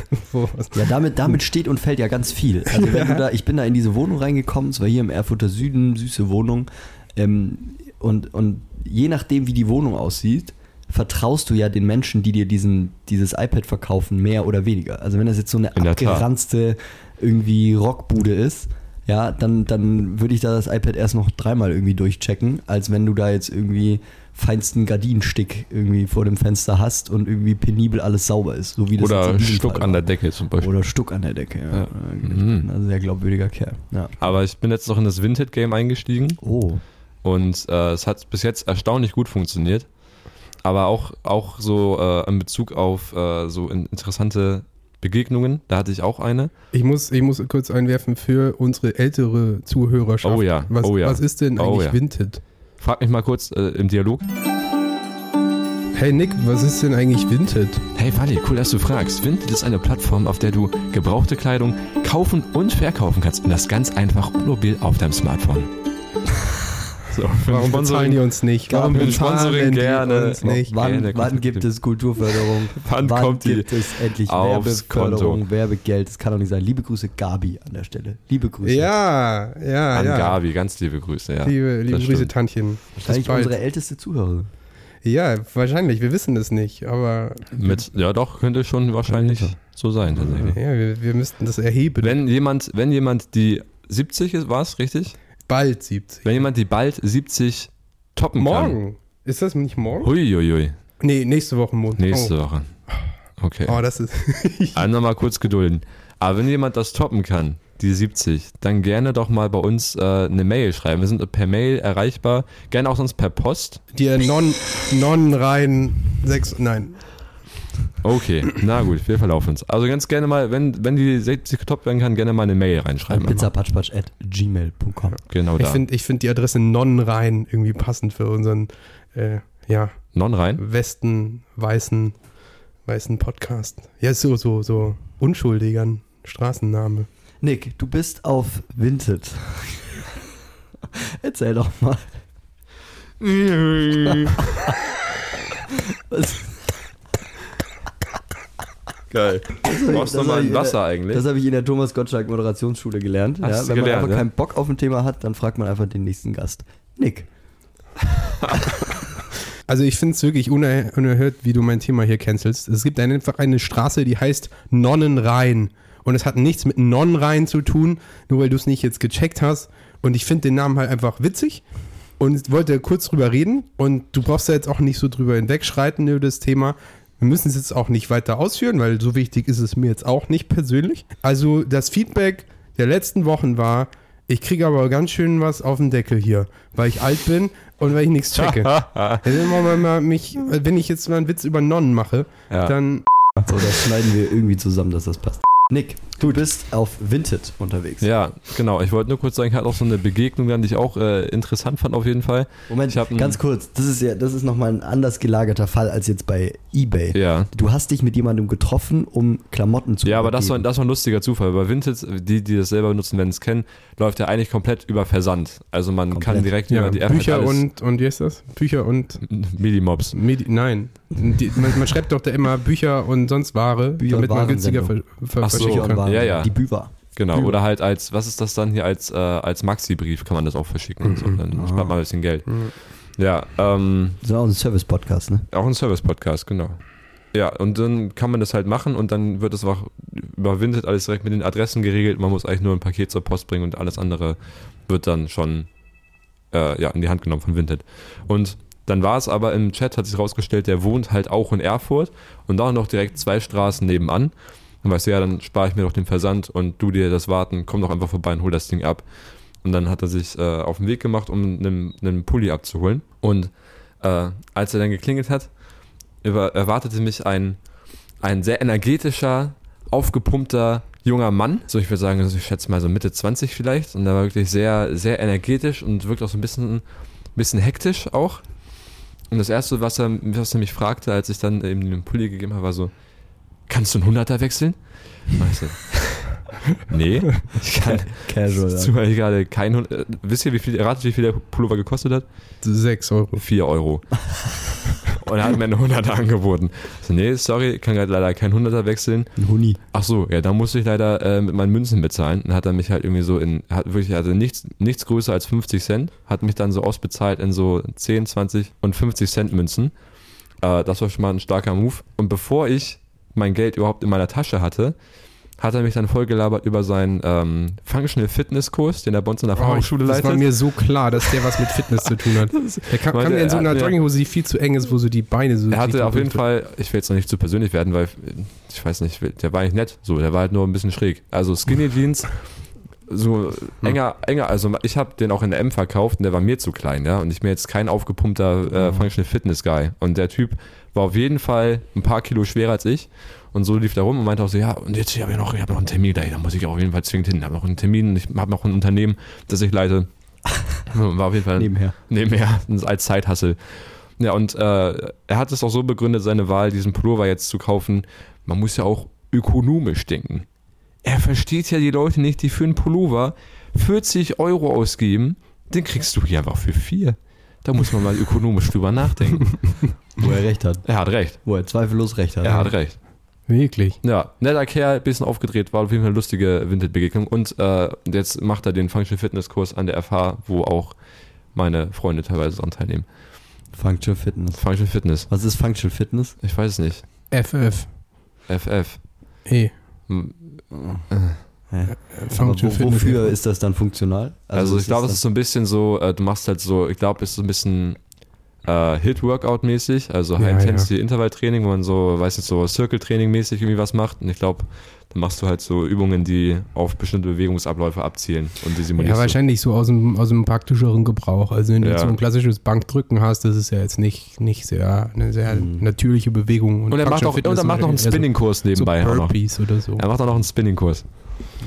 D: bevor was.
B: Ja, damit, damit steht und fällt ja ganz viel. Also wenn du da, ich bin da in diese Wohnung reingekommen, es war hier im Erfurter Süden, süße Wohnung. Ähm, und, und je nachdem, wie die Wohnung aussieht, vertraust du ja den Menschen, die dir diesen, dieses iPad verkaufen, mehr oder weniger. Also wenn das jetzt so eine
C: In der Tat.
B: abgeranzte irgendwie Rockbude ist, ja, dann, dann würde ich da das iPad erst noch dreimal irgendwie durchchecken, als wenn du da jetzt irgendwie feinsten Gardinenstick irgendwie vor dem Fenster hast und irgendwie penibel alles sauber ist, so wie das jetzt in
C: Oder
B: diesem
C: Stuck
B: Fall
C: an
B: war.
C: der Decke zum Beispiel.
B: Oder Stuck an der Decke, ja.
C: Ja. Mhm.
B: Ich bin ein sehr glaubwürdiger Kerl. Ja.
C: Aber ich bin jetzt noch in das Vinted-Game eingestiegen
B: Oh.
C: und äh, es hat bis jetzt erstaunlich gut funktioniert. Aber auch, auch so äh, in Bezug auf äh, so in interessante Begegnungen, da hatte ich auch eine.
D: Ich muss, ich muss kurz einwerfen für unsere ältere Zuhörerschaft.
C: Oh ja,
D: Was,
C: oh ja.
D: was ist denn eigentlich
C: Oh ja.
D: Vinted?
C: Frag mich mal kurz äh, im Dialog.
D: Hey Nick, was ist denn eigentlich Vinted?
C: Hey Wally, cool, dass du fragst. Vinted ist eine Plattform, auf der du gebrauchte Kleidung kaufen und verkaufen kannst. Und das ganz einfach und mobil auf deinem Smartphone. So,
D: Warum bezahlen die uns nicht?
B: Warum
D: Warum
C: wir Sponsoring
D: bezahlen die
C: gerne.
D: uns nicht?
B: Wann,
C: gerne.
B: wann gibt es Kulturförderung?
C: Wann kommt die
B: gibt es endlich
C: aufs
B: Werbeförderung, Werbegeld? Das kann doch nicht sein. Liebe Grüße, Gabi an der Stelle. Liebe Grüße.
D: Ja, ja,
C: An
D: Ah, ja.
C: Gabi, ganz liebe Grüße, ja.
D: Liebe, liebe
C: Das
D: Grüße,
C: stimmt.
D: Tantchen.
B: Wahrscheinlich
D: Bis bald.
B: unsere E- älteste Zuhörerin.
D: Ja, wahrscheinlich. Wir wissen es nicht, aber
C: Mit, ja doch, könnte schon wahrscheinlich so sein tatsächlich.
D: ja, wir, wir müssten das erheben.
C: Wenn jemand, wenn jemand die 70 ist, war es richtig?
D: Bald 70.
C: Wenn jemand die bald 70 toppen
D: Morgen. Ist das nicht morgen?
C: kann. Huiuiui,
D: Nee, nächste Woche Montag.
C: nächste Woche. Okay.
D: Oh. oh, das ist.
C: Also nochmal kurz gedulden. Aber wenn jemand das toppen kann, die 70, dann gerne doch mal bei uns äh, eine Mail schreiben. Wir sind per Mail erreichbar, gerne auch sonst per Post.
D: Dir non, non rein sechs. Nein.
C: Okay, na gut, wir verlaufen uns. Also ganz gerne mal, wenn, wenn die 70 getoppt werden kann, gerne mal eine Mail reinschreiben.
B: Pizzapatschpatsch at gmail.com.
C: Genau
D: Ich
C: da.
D: finde ich find die Adresse non rein irgendwie passend für unseren äh, ja,
C: Non rein.
D: Westen weißen, weißen Podcast. Ja, so, so, so unschuldigern Straßenname.
B: Nick, du bist auf Vinted. Erzähl doch mal. Was,
C: Geil. Du brauchst
B: das
C: nochmal
B: hab
C: ein
B: ich-
C: Wasser eigentlich.
B: das habe ich in der Thomas Gottschalk Moderationsschule gelernt.
C: Hast
B: Ja,
C: du
B: wenn man
C: gelernt, ne?
B: einfach
C: ja?
B: keinen Bock auf ein Thema hat, dann fragt man einfach den nächsten Gast. Nick.
D: Also ich finde es wirklich uner unerhört, wie du mein Thema hier cancelst. Es gibt eine- einfach eine Straße, die heißt Nonnenrhein. Und es hat nichts mit Nonnenrhein zu tun, nur weil du es nicht jetzt gecheckt hast. Und ich finde den Namen halt einfach witzig und wollte kurz drüber reden. Und du brauchst da jetzt auch nicht so drüber hinwegschreiten über das Thema. Wir müssen es jetzt auch nicht weiter ausführen, weil so wichtig ist es mir jetzt auch nicht persönlich. Also das Feedback der letzten Wochen war, ich kriege aber ganz schön was auf den Deckel hier, weil ich alt bin und weil ich nichts checke. Also wenn, man mal mich, äh, wenn ich jetzt mal einen Witz über Nonnen mache,
C: Ja.
D: dann.
B: So, das schneiden wir irgendwie zusammen, dass das passt. Nick, du bist auf Vinted unterwegs.
C: Ja, genau. Ich wollte nur kurz sagen, ich hatte auch so eine Begegnung dann, die ich auch äh, interessant fand auf jeden Fall.
B: Moment,
C: Ich hab ein-
B: ganz kurz. Das ist ja, das ist nochmal ein anders gelagerter Fall als jetzt bei eBay.
C: Ja.
B: Du hast dich mit jemandem getroffen, um Klamotten zu
C: Ja, aber das war,
B: übergeben.
C: das war ein lustiger Zufall. Bei Vinted, die, die das selber nutzen, werden es kennen, läuft ja eigentlich komplett über Versand. Also man kann
B: Komplett.
C: direkt
D: Ja,
C: über die App halt
D: Bücher
C: alles-
D: und, und wie heißt das? Bücher und
C: Millimobs.
D: Medi Nein. Die, man, man schreibt doch da immer Bücher und sonst Ware,
B: Bücher
D: damit
B: und
D: man günstiger ver ver
C: Ach so.
D: verschicken
B: Bücher und
D: kann.
B: Waren.
C: Ja, ja.
B: Die Büber.
C: Genau.
D: Bücher.
C: Oder halt als, was ist das dann hier, als, äh, als Maxi-Brief kann man das auch verschicken. Und so. Dann spart man ein bisschen Geld. Ja, ähm,
B: Das ist auch ein Service-Podcast, ne?
C: Auch ein Service-Podcast, genau. Ja, und dann kann man das halt machen und dann wird das auch überwindet alles direkt mit den Adressen geregelt. Man muss eigentlich nur ein Paket zur Post bringen und alles andere wird dann schon äh, ja, in die Hand genommen von Vinted. Und dann war es aber im Chat, hat sich rausgestellt, der wohnt halt auch in Erfurt und auch noch direkt zwei Straßen nebenan. Und weißt du, ja, dann spare ich mir doch den Versand und du dir das Warten, komm doch einfach vorbei und hol das Ding ab. Und dann hat er sich äh, auf den Weg gemacht, um einen, einen Pulli abzuholen. Und äh, als er dann geklingelt hat, über, erwartete mich ein, ein sehr energetischer, aufgepumpter junger Mann. So, ich würde sagen, also ich schätze mal so Mitte 20 vielleicht. Und er war wirklich sehr, sehr energetisch und wirkt auch so ein bisschen, bisschen hektisch auch. Und das Erste, was er, was er mich fragte, als ich dann eben den Pulli gegeben habe, war so, kannst du einen Hunderter wechseln? Und ich so, nee, ich kann,
B: Casual. ja.
C: Zumal ich gerade kein Hund. Äh, wisst ihr, wie viel, erratet, wie viel der Pullover gekostet hat?
D: 6 Euro.
C: 4 Euro. Und er hat mir einen 100er angeboten. Ich So, nee, sorry, kann gerade leider kein 100er wechseln.
B: Ein Huni.
C: Ach so, ja, da musste ich leider äh, mit meinen Münzen bezahlen. Dann hat er mich halt irgendwie so in, hat wirklich, er hatte nichts, nichts größer als 50 Cent, hat mich dann so ausbezahlt in so 10, 20 und 50 Cent Münzen. Äh, das war schon mal ein starker Move. Und bevor ich mein Geld überhaupt in meiner Tasche hatte, hat er mich dann vollgelabert über seinen ähm, Functional Fitness Kurs, den er bei uns in der Fachhochschule
D: Oh, das
C: leitet.
D: war mir so klar, dass der was mit Fitness zu tun hat. Der kam,
C: Meinte,
D: kam mir in so
C: er
D: einer
C: hat mir-
D: Jogginghose, die viel zu eng ist, wo so die Beine so.
C: Er hatte
D: richtig
C: auf jeden
D: durch-
C: Fall, ich will jetzt noch nicht zu persönlich werden, weil ich weiß nicht, der war nicht nett, so, der war halt nur ein bisschen schräg. Also Skinny Jeans, so enger, enger, also ich habe den auch in der M verkauft und der war mir zu klein, ja, und ich bin jetzt kein aufgepumpter äh, Functional Fitness Guy. Und der Typ war auf jeden Fall ein paar Kilo schwerer als ich und so lief da rum und meinte auch so, ja, und jetzt habe ich noch, ich habe noch einen Termin gleich, da muss ich auf jeden Fall zwingend hin, ich habe noch einen Termin, und ich habe noch ein Unternehmen, das ich leite. War auf jeden Fall
B: Nebenher.
C: nebenher als Zeithassel. Ja, und äh, er hat es auch so begründet, seine Wahl, diesen Pullover jetzt zu kaufen. Man muss ja auch ökonomisch denken. Er versteht ja die Leute nicht, die für einen Pullover 40 Euro ausgeben. Den kriegst du hier einfach für vier. Da muss man mal ökonomisch drüber nachdenken.
B: Wo er recht hat.
C: Er hat recht.
B: Wo er zweifellos recht hat.
C: Er hat recht.
D: Wirklich.
C: Ja, netter Kerl, bisschen aufgedreht, war auf jeden Fall eine lustige Vintage-Begegnung. Und äh, jetzt macht er den Functional Fitness-Kurs an der FH, wo auch meine Freunde teilweise dran teilnehmen.
B: Functional Fitness.
C: Functional Fitness,
B: Was ist Functional Fitness?
C: ich weiß es nicht.
D: FF.
C: FF.
D: E. Äh,
C: Hm,
B: Aber
D: Functional
B: wo,
D: Fitness.
B: wofür ist das dann funktional?
C: Also, ich glaube, es
B: das
C: ist so ein bisschen so, äh, du machst halt so, ich glaube, es ist so ein bisschen äh, Hit-Workout-mäßig, also
D: Ja,
C: High-Intensity-Intervall-Training, wo man so, weiß nicht, so Circle-Training-mäßig irgendwie was macht. Und ich glaube, dann machst du halt so Übungen, die auf bestimmte Bewegungsabläufe abzielen und die
D: Ja,
C: simulierst. du.
D: wahrscheinlich so aus dem, aus dem praktischeren Gebrauch. Also wenn du
C: Ja.
D: jetzt so ein klassisches Bankdrücken hast, das ist ja jetzt nicht, nicht sehr, eine sehr
C: Mhm.
D: natürliche Bewegung.
C: Und er macht,
D: Functional
C: auch, und
D: Fitness Also
C: er macht noch einen
D: eher so-
C: Spinning-Kurs
D: so
C: nebenbei. auch noch.
D: Burpees oder so.
C: Er macht auch noch einen Spinning-Kurs.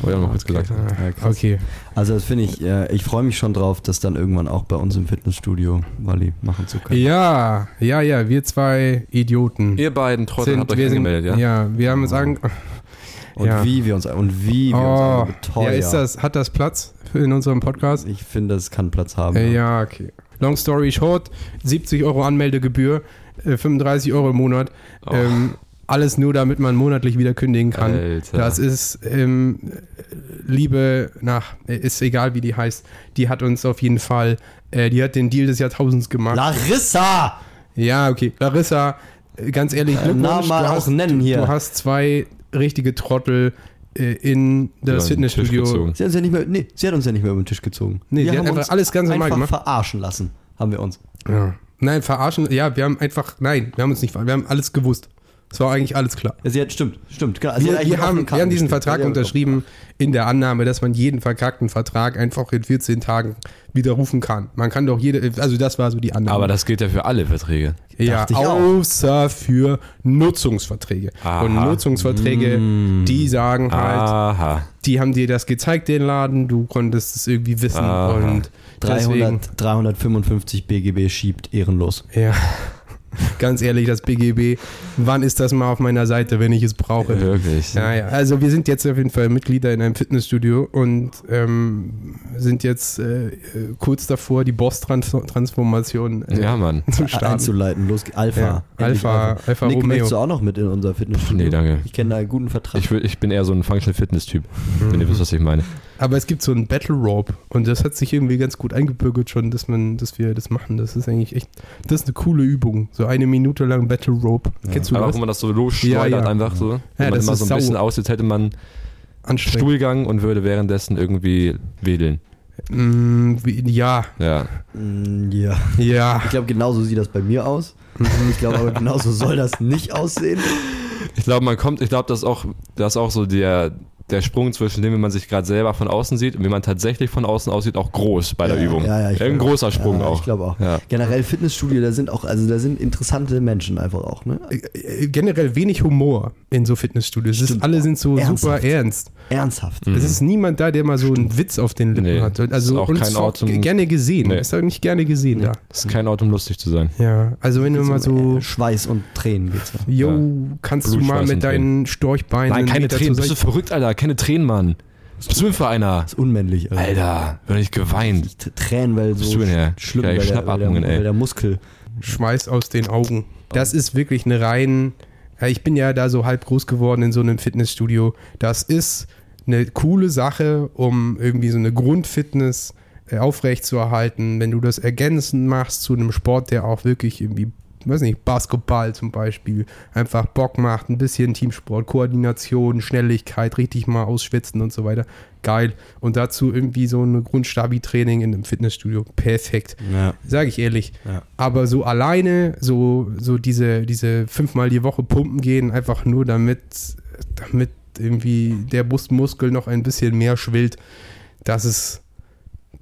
C: Wollte ich auch noch kurz gesagt. haben.
D: Ah,
B: Ja, krass.
D: okay.
B: Also das finde ich, äh, ich freue mich schon drauf, das dann irgendwann auch bei uns im Fitnessstudio, Wally, machen zu können.
D: Ja, ja, ja, wir zwei Idioten.
C: Ihr beiden Trottel
D: Sind-
C: habt euch
D: wir sind-
C: angemeldet, ja?
D: Ja, wir haben uns ange...
B: Und
D: ja.
B: wie wir uns und wie wir uns
D: Oh,
B: alle
D: ja,
B: beteuern.
D: ist das, hat das Platz in unserem Podcast?
B: Ich finde, es kann Platz haben.
D: Äh, ja, okay. Long story short, 70 Euro Anmeldegebühr, äh, 35 Euro im Monat.
C: Oh.
D: Ähm, alles nur, damit man monatlich wieder kündigen kann.
C: Alter.
D: Das ist, ähm, liebe, nach, ist egal wie die heißt, die hat uns auf jeden Fall, äh, die hat den Deal des Jahrtausends gemacht.
B: Larissa!
D: Ja, okay. Larissa, äh, ganz ehrlich,
B: Äh,
D: Glückwunsch.
B: Namen mal
D: du
B: auch
D: hast,
B: nennen hier.
D: Du hast zwei richtige Trottel äh, in das
C: Über den Tisch
D: Fitnessstudio.
C: gezogen.
B: Sie hat uns ja nicht mehr, nee, sie hat uns ja nicht mehr über den Tisch gezogen.
D: Nee, sie hat
B: haben
D: einfach
B: uns
D: alles ganz normal
B: einfach
D: gemacht.
B: verarschen lassen, haben wir uns.
D: Ja. Nein, verarschen. Ja, wir haben einfach, nein, wir haben uns nicht, ver- wir haben alles gewusst. Es war eigentlich alles klar.
B: Ja, sie hat, stimmt, stimmt. Genau. Also sie
D: Wir,
B: hat eigentlich
D: wir,
B: mit offenen
D: haben, wir
B: Karten
D: haben diesen
B: gespielt.
D: Vertrag
B: Ja, genau. ja,
D: unterschrieben in der Annahme, dass man jeden verkackten Vertrag einfach in 14 Tagen widerrufen kann. Man kann doch jede, also das war so die Annahme.
C: Aber das gilt ja für alle Verträge.
D: Ja,
B: Dachte ich auch.
D: außer für Nutzungsverträge.
C: Aha. Mm. Ah.
D: Und Nutzungsverträge, die sagen halt,
C: Aha.
D: die haben dir das gezeigt, den Laden, du konntest es irgendwie wissen.
C: Aha.
D: Und deswegen,
B: 300, 355 BGB schiebt ehrenlos.
D: ja, ganz ehrlich, das BGB, wann ist das mal auf meiner Seite, wenn ich es brauche?
C: Wirklich.
D: Ja, ja. Also wir sind jetzt auf jeden Fall Mitglieder in einem Fitnessstudio und ähm, sind jetzt äh, äh, kurz davor, die Boss-Transformation äh,
C: Ja, Mann.
D: zu
B: Starten.
D: starten.
B: Einzuleiten, los geht's. Alpha.
D: Ja.
B: Endlich
D: Alpha- Alpha
B: Nick,
D: Romeo.
B: möchtest du auch noch mit in unser Fitnessstudio?
C: Nee, danke.
B: Ich kenne da einen guten Vertrag.
C: Ich, wür- ich bin eher so ein Functional Fitness-Typ, wenn
B: Mhm.
C: ihr wisst, was ich meine.
D: Aber es gibt so einen Battle Rope und das hat sich irgendwie ganz gut eingebürgert schon, dass man, dass wir das machen. Das ist eigentlich echt, das ist eine coole Übung. So eine Minute lang Battle Rope. Kennst du
C: Aber auch
D: das?
C: wenn man das so losschleudert,
D: Ja, ja.
C: einfach so. wenn man
D: das
C: immer
D: ist
C: so ein bisschen
D: sau-
C: aussieht, hätte man
D: Anstrengend.
C: Stuhlgang und würde währenddessen irgendwie wedeln.
D: Mm, wie- ja,
C: Ja.
B: Mm, ja. Mhm.
D: ja.
B: Ich glaube, genauso sieht das bei mir aus. Ich glaube aber, genauso soll das nicht aussehen.
C: Ich glaube, man kommt, ich glaube, das ist auch, das ist auch so der, der Sprung zwischen dem, wie man sich gerade selber von außen sieht und wie man tatsächlich von außen aussieht, auch groß bei der
B: Ja,
C: Übung.
B: ja, ja, ich
C: Ein
B: glaub-
C: großer Sprung
B: ja,
C: auch.
B: Ich glaube auch.
C: Ja.
B: Generell Fitnessstudio, da sind auch, also da sind interessante Menschen einfach auch, ne?
D: Äh, Generell wenig Humor in so Fitnessstudios. Es Ist,
B: Stimmt.
D: alle sind so
B: Ernsthaft.
D: super ernst.
C: Mhm.
B: Ernsthaft.
D: Es ist niemand da, der mal so einen Witz auf den Lippen
C: Nee,
D: hat.
C: ist
D: Also
C: auch
D: uns
C: kein Ort zum-
D: gerne gesehen.
C: Nee.
D: Ist auch nicht gerne gesehen da.
C: Das ist kein Ort, um lustig zu sein.
D: Ja, also wenn du mal so,
B: äh, Schweiß und Tränen geht's da.
D: yo, kannst du
C: Blut,
D: mal
C: Schweiß
D: mit
C: und Tränen.
D: deinen Storchbeinen
C: Nein, keine
D: wieder
C: Tränen.
D: zur
C: Bist du
D: Seite-
C: verrückt, Alter? Keine Tränen, Mann. Was bist du denn für einer?
B: Ist unmännlich. also.
C: Alter, würde ich geweint.
B: T- Tränen, weil so
C: Bist du denn her?
B: schlimm, weil
C: Geil,
B: der, weil, der,
C: Schnappatmungen, ey.
B: weil der Muskel.
D: Schweiß aus den Augen. Das ist wirklich eine rein. Ja, Ich bin ja da so halb groß geworden in so einem Fitnessstudio. Das ist eine coole Sache, um irgendwie so eine Grundfitness äh, aufrechtzuerhalten. Wenn du das ergänzend machst zu einem Sport, der auch wirklich irgendwie, weiß nicht, Basketball zum Beispiel, einfach Bock macht, ein bisschen Teamsport, Koordination, Schnelligkeit, richtig mal ausschwitzen und so weiter. Geil. Und dazu irgendwie so ein Grundstabi-Training in einem Fitnessstudio. Perfekt.
B: Ja.
D: Sage ich ehrlich.
B: Ja.
D: Aber so alleine, so, so diese, diese fünfmal die Woche pumpen gehen, einfach nur damit, damit irgendwie der Brustmuskel noch ein bisschen mehr schwillt, das ist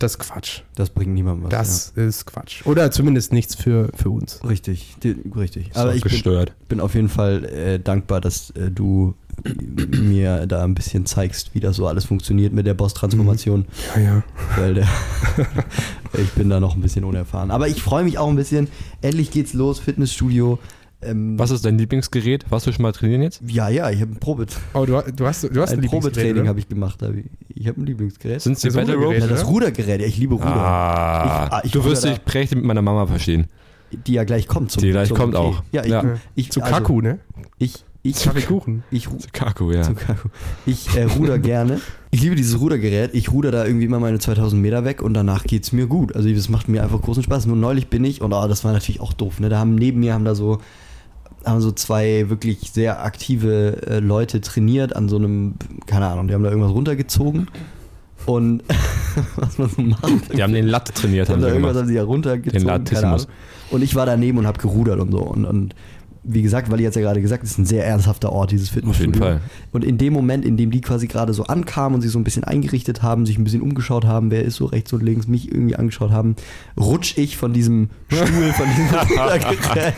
D: das ist Quatsch.
B: Das bringt niemandem was.
D: Das ist Quatsch. Oder zumindest nichts für, für uns.
B: ja. Richtig, die, richtig.
C: Ist auch
B: Aber ich bin,
C: gestört.
B: bin auf jeden Fall äh, dankbar, dass äh, du mir da ein bisschen zeigst, wie das so alles funktioniert mit der Boss-Transformation.
C: Mhm.
D: Ja, ja.
B: Weil der ich bin da noch ein bisschen unerfahren. Aber ich freue mich auch ein bisschen. Endlich geht's los, Fitnessstudio. Ähm,
C: Was ist dein Lieblingsgerät? Warst du schon mal trainieren jetzt?
B: Ja, ja, ich habe ein, Probe
D: Oh, du, du hast, du hast
B: ein Probetraining
D: habe
B: habe ich gemacht. Hab ich ich habe ein Lieblingsgerät.
C: Sind es die
D: Das
C: Battle
D: Rudergerät,
B: ja,
C: Ropes?
B: das Rudergerät. Ja, ich liebe Ruder. Ich-
C: Ah,
B: ah, ich
C: du wirst
B: ruder
C: dich prächtig mit meiner Mama verstehen.
B: Die ja gleich kommt. Zum,
C: Die gleich
B: zum
C: kommt auch.
B: Ja, ich,
C: Ja.
B: ich
D: Zu
B: also,
D: Kaku, ne?
B: Ich, ich,
D: Kaffeekuchen.
B: ich, ru-
C: Kaku, ja.
B: Zu Kaku. Ich äh, ruder gerne. Ich liebe dieses Rudergerät. Ich ruder da irgendwie immer meine 2000 Meter weg und danach geht's mir gut. Also das macht mir einfach großen Spaß. Nur neulich bin ich und oh, das war natürlich auch doof. Ne? Da haben neben mir haben da so haben so zwei wirklich sehr aktive äh, Leute trainiert an so einem keine Ahnung. Die haben da irgendwas runtergezogen und was man so macht.
C: Die haben den Latt trainiert,
B: Haben
C: haben
B: da
C: sie
B: irgendwas
C: gemacht.
B: haben sie ja runtergezogen.
C: Den
B: keine
C: Latismus.
B: Ahnung. Und ich war daneben und habe gerudert und so. Und, und wie gesagt, weil ihr jetzt ja gerade gesagt, es ist ein sehr ernsthafter Ort, dieses
C: Auf jeden
B: Fitnessstudio.
C: Fall.
B: Und in dem Moment, in dem die quasi gerade so ankamen und sich so ein bisschen eingerichtet haben, sich ein bisschen umgeschaut haben, wer ist so rechts und links, mich irgendwie angeschaut haben, rutsch ich von diesem Stuhl, von diesem Rudergerät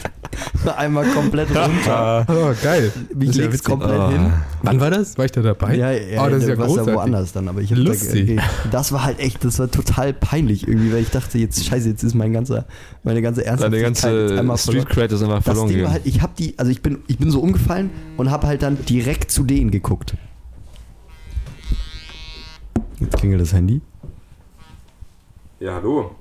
B: einmal komplett runter.
D: Oh, geil.
B: Mich
D: Ist ja
B: legt's
D: witzig.
B: komplett
C: Ah.
B: hin.
D: Wann war das? War ich da dabei?
B: Ja, ja,
D: oh, das ist ja
B: du warst
D: großartig.
B: woanders dann, aber ich hab
D: Lustig.
B: Da, okay. Das war halt echt, das war total peinlich irgendwie, weil ich dachte, jetzt scheiße, jetzt ist mein ganzer, meine ganze
C: Deine
B: Ernsthaftigkeit jetzt
C: ganze
B: einmal
C: Street
B: verloren.
C: Cred ist einfach
B: Das
C: verloren
B: Ding war
C: gegangen.
B: halt, ich habe die, also ich bin, ich bin so umgefallen und habe halt dann direkt zu denen geguckt. Jetzt klingelt das Handy.
C: Ja, hallo.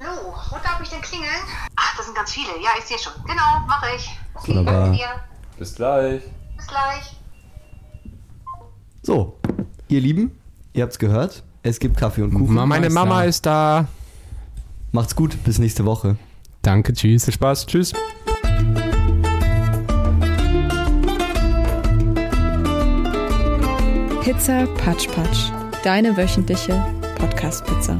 G: So, wo darf ich denn klingeln? Ach, das sind ganz viele. Ja, ich sehe schon. Genau, mache ich. Okay,
B: Wunderbar.
G: danke dir.
C: Bis gleich.
G: Bis gleich.
B: So, ihr Lieben, ihr habt's gehört. Es gibt Kaffee und Kuchen.
D: Mama
C: Meine
D: ist
C: Mama
D: da.
C: ist da.
B: Macht's gut, bis nächste Woche.
D: Danke, tschüss.
C: Viel Spaß. Tschüss.
A: Pizza Patsch Patsch. Deine wöchentliche Podcast-Pizza.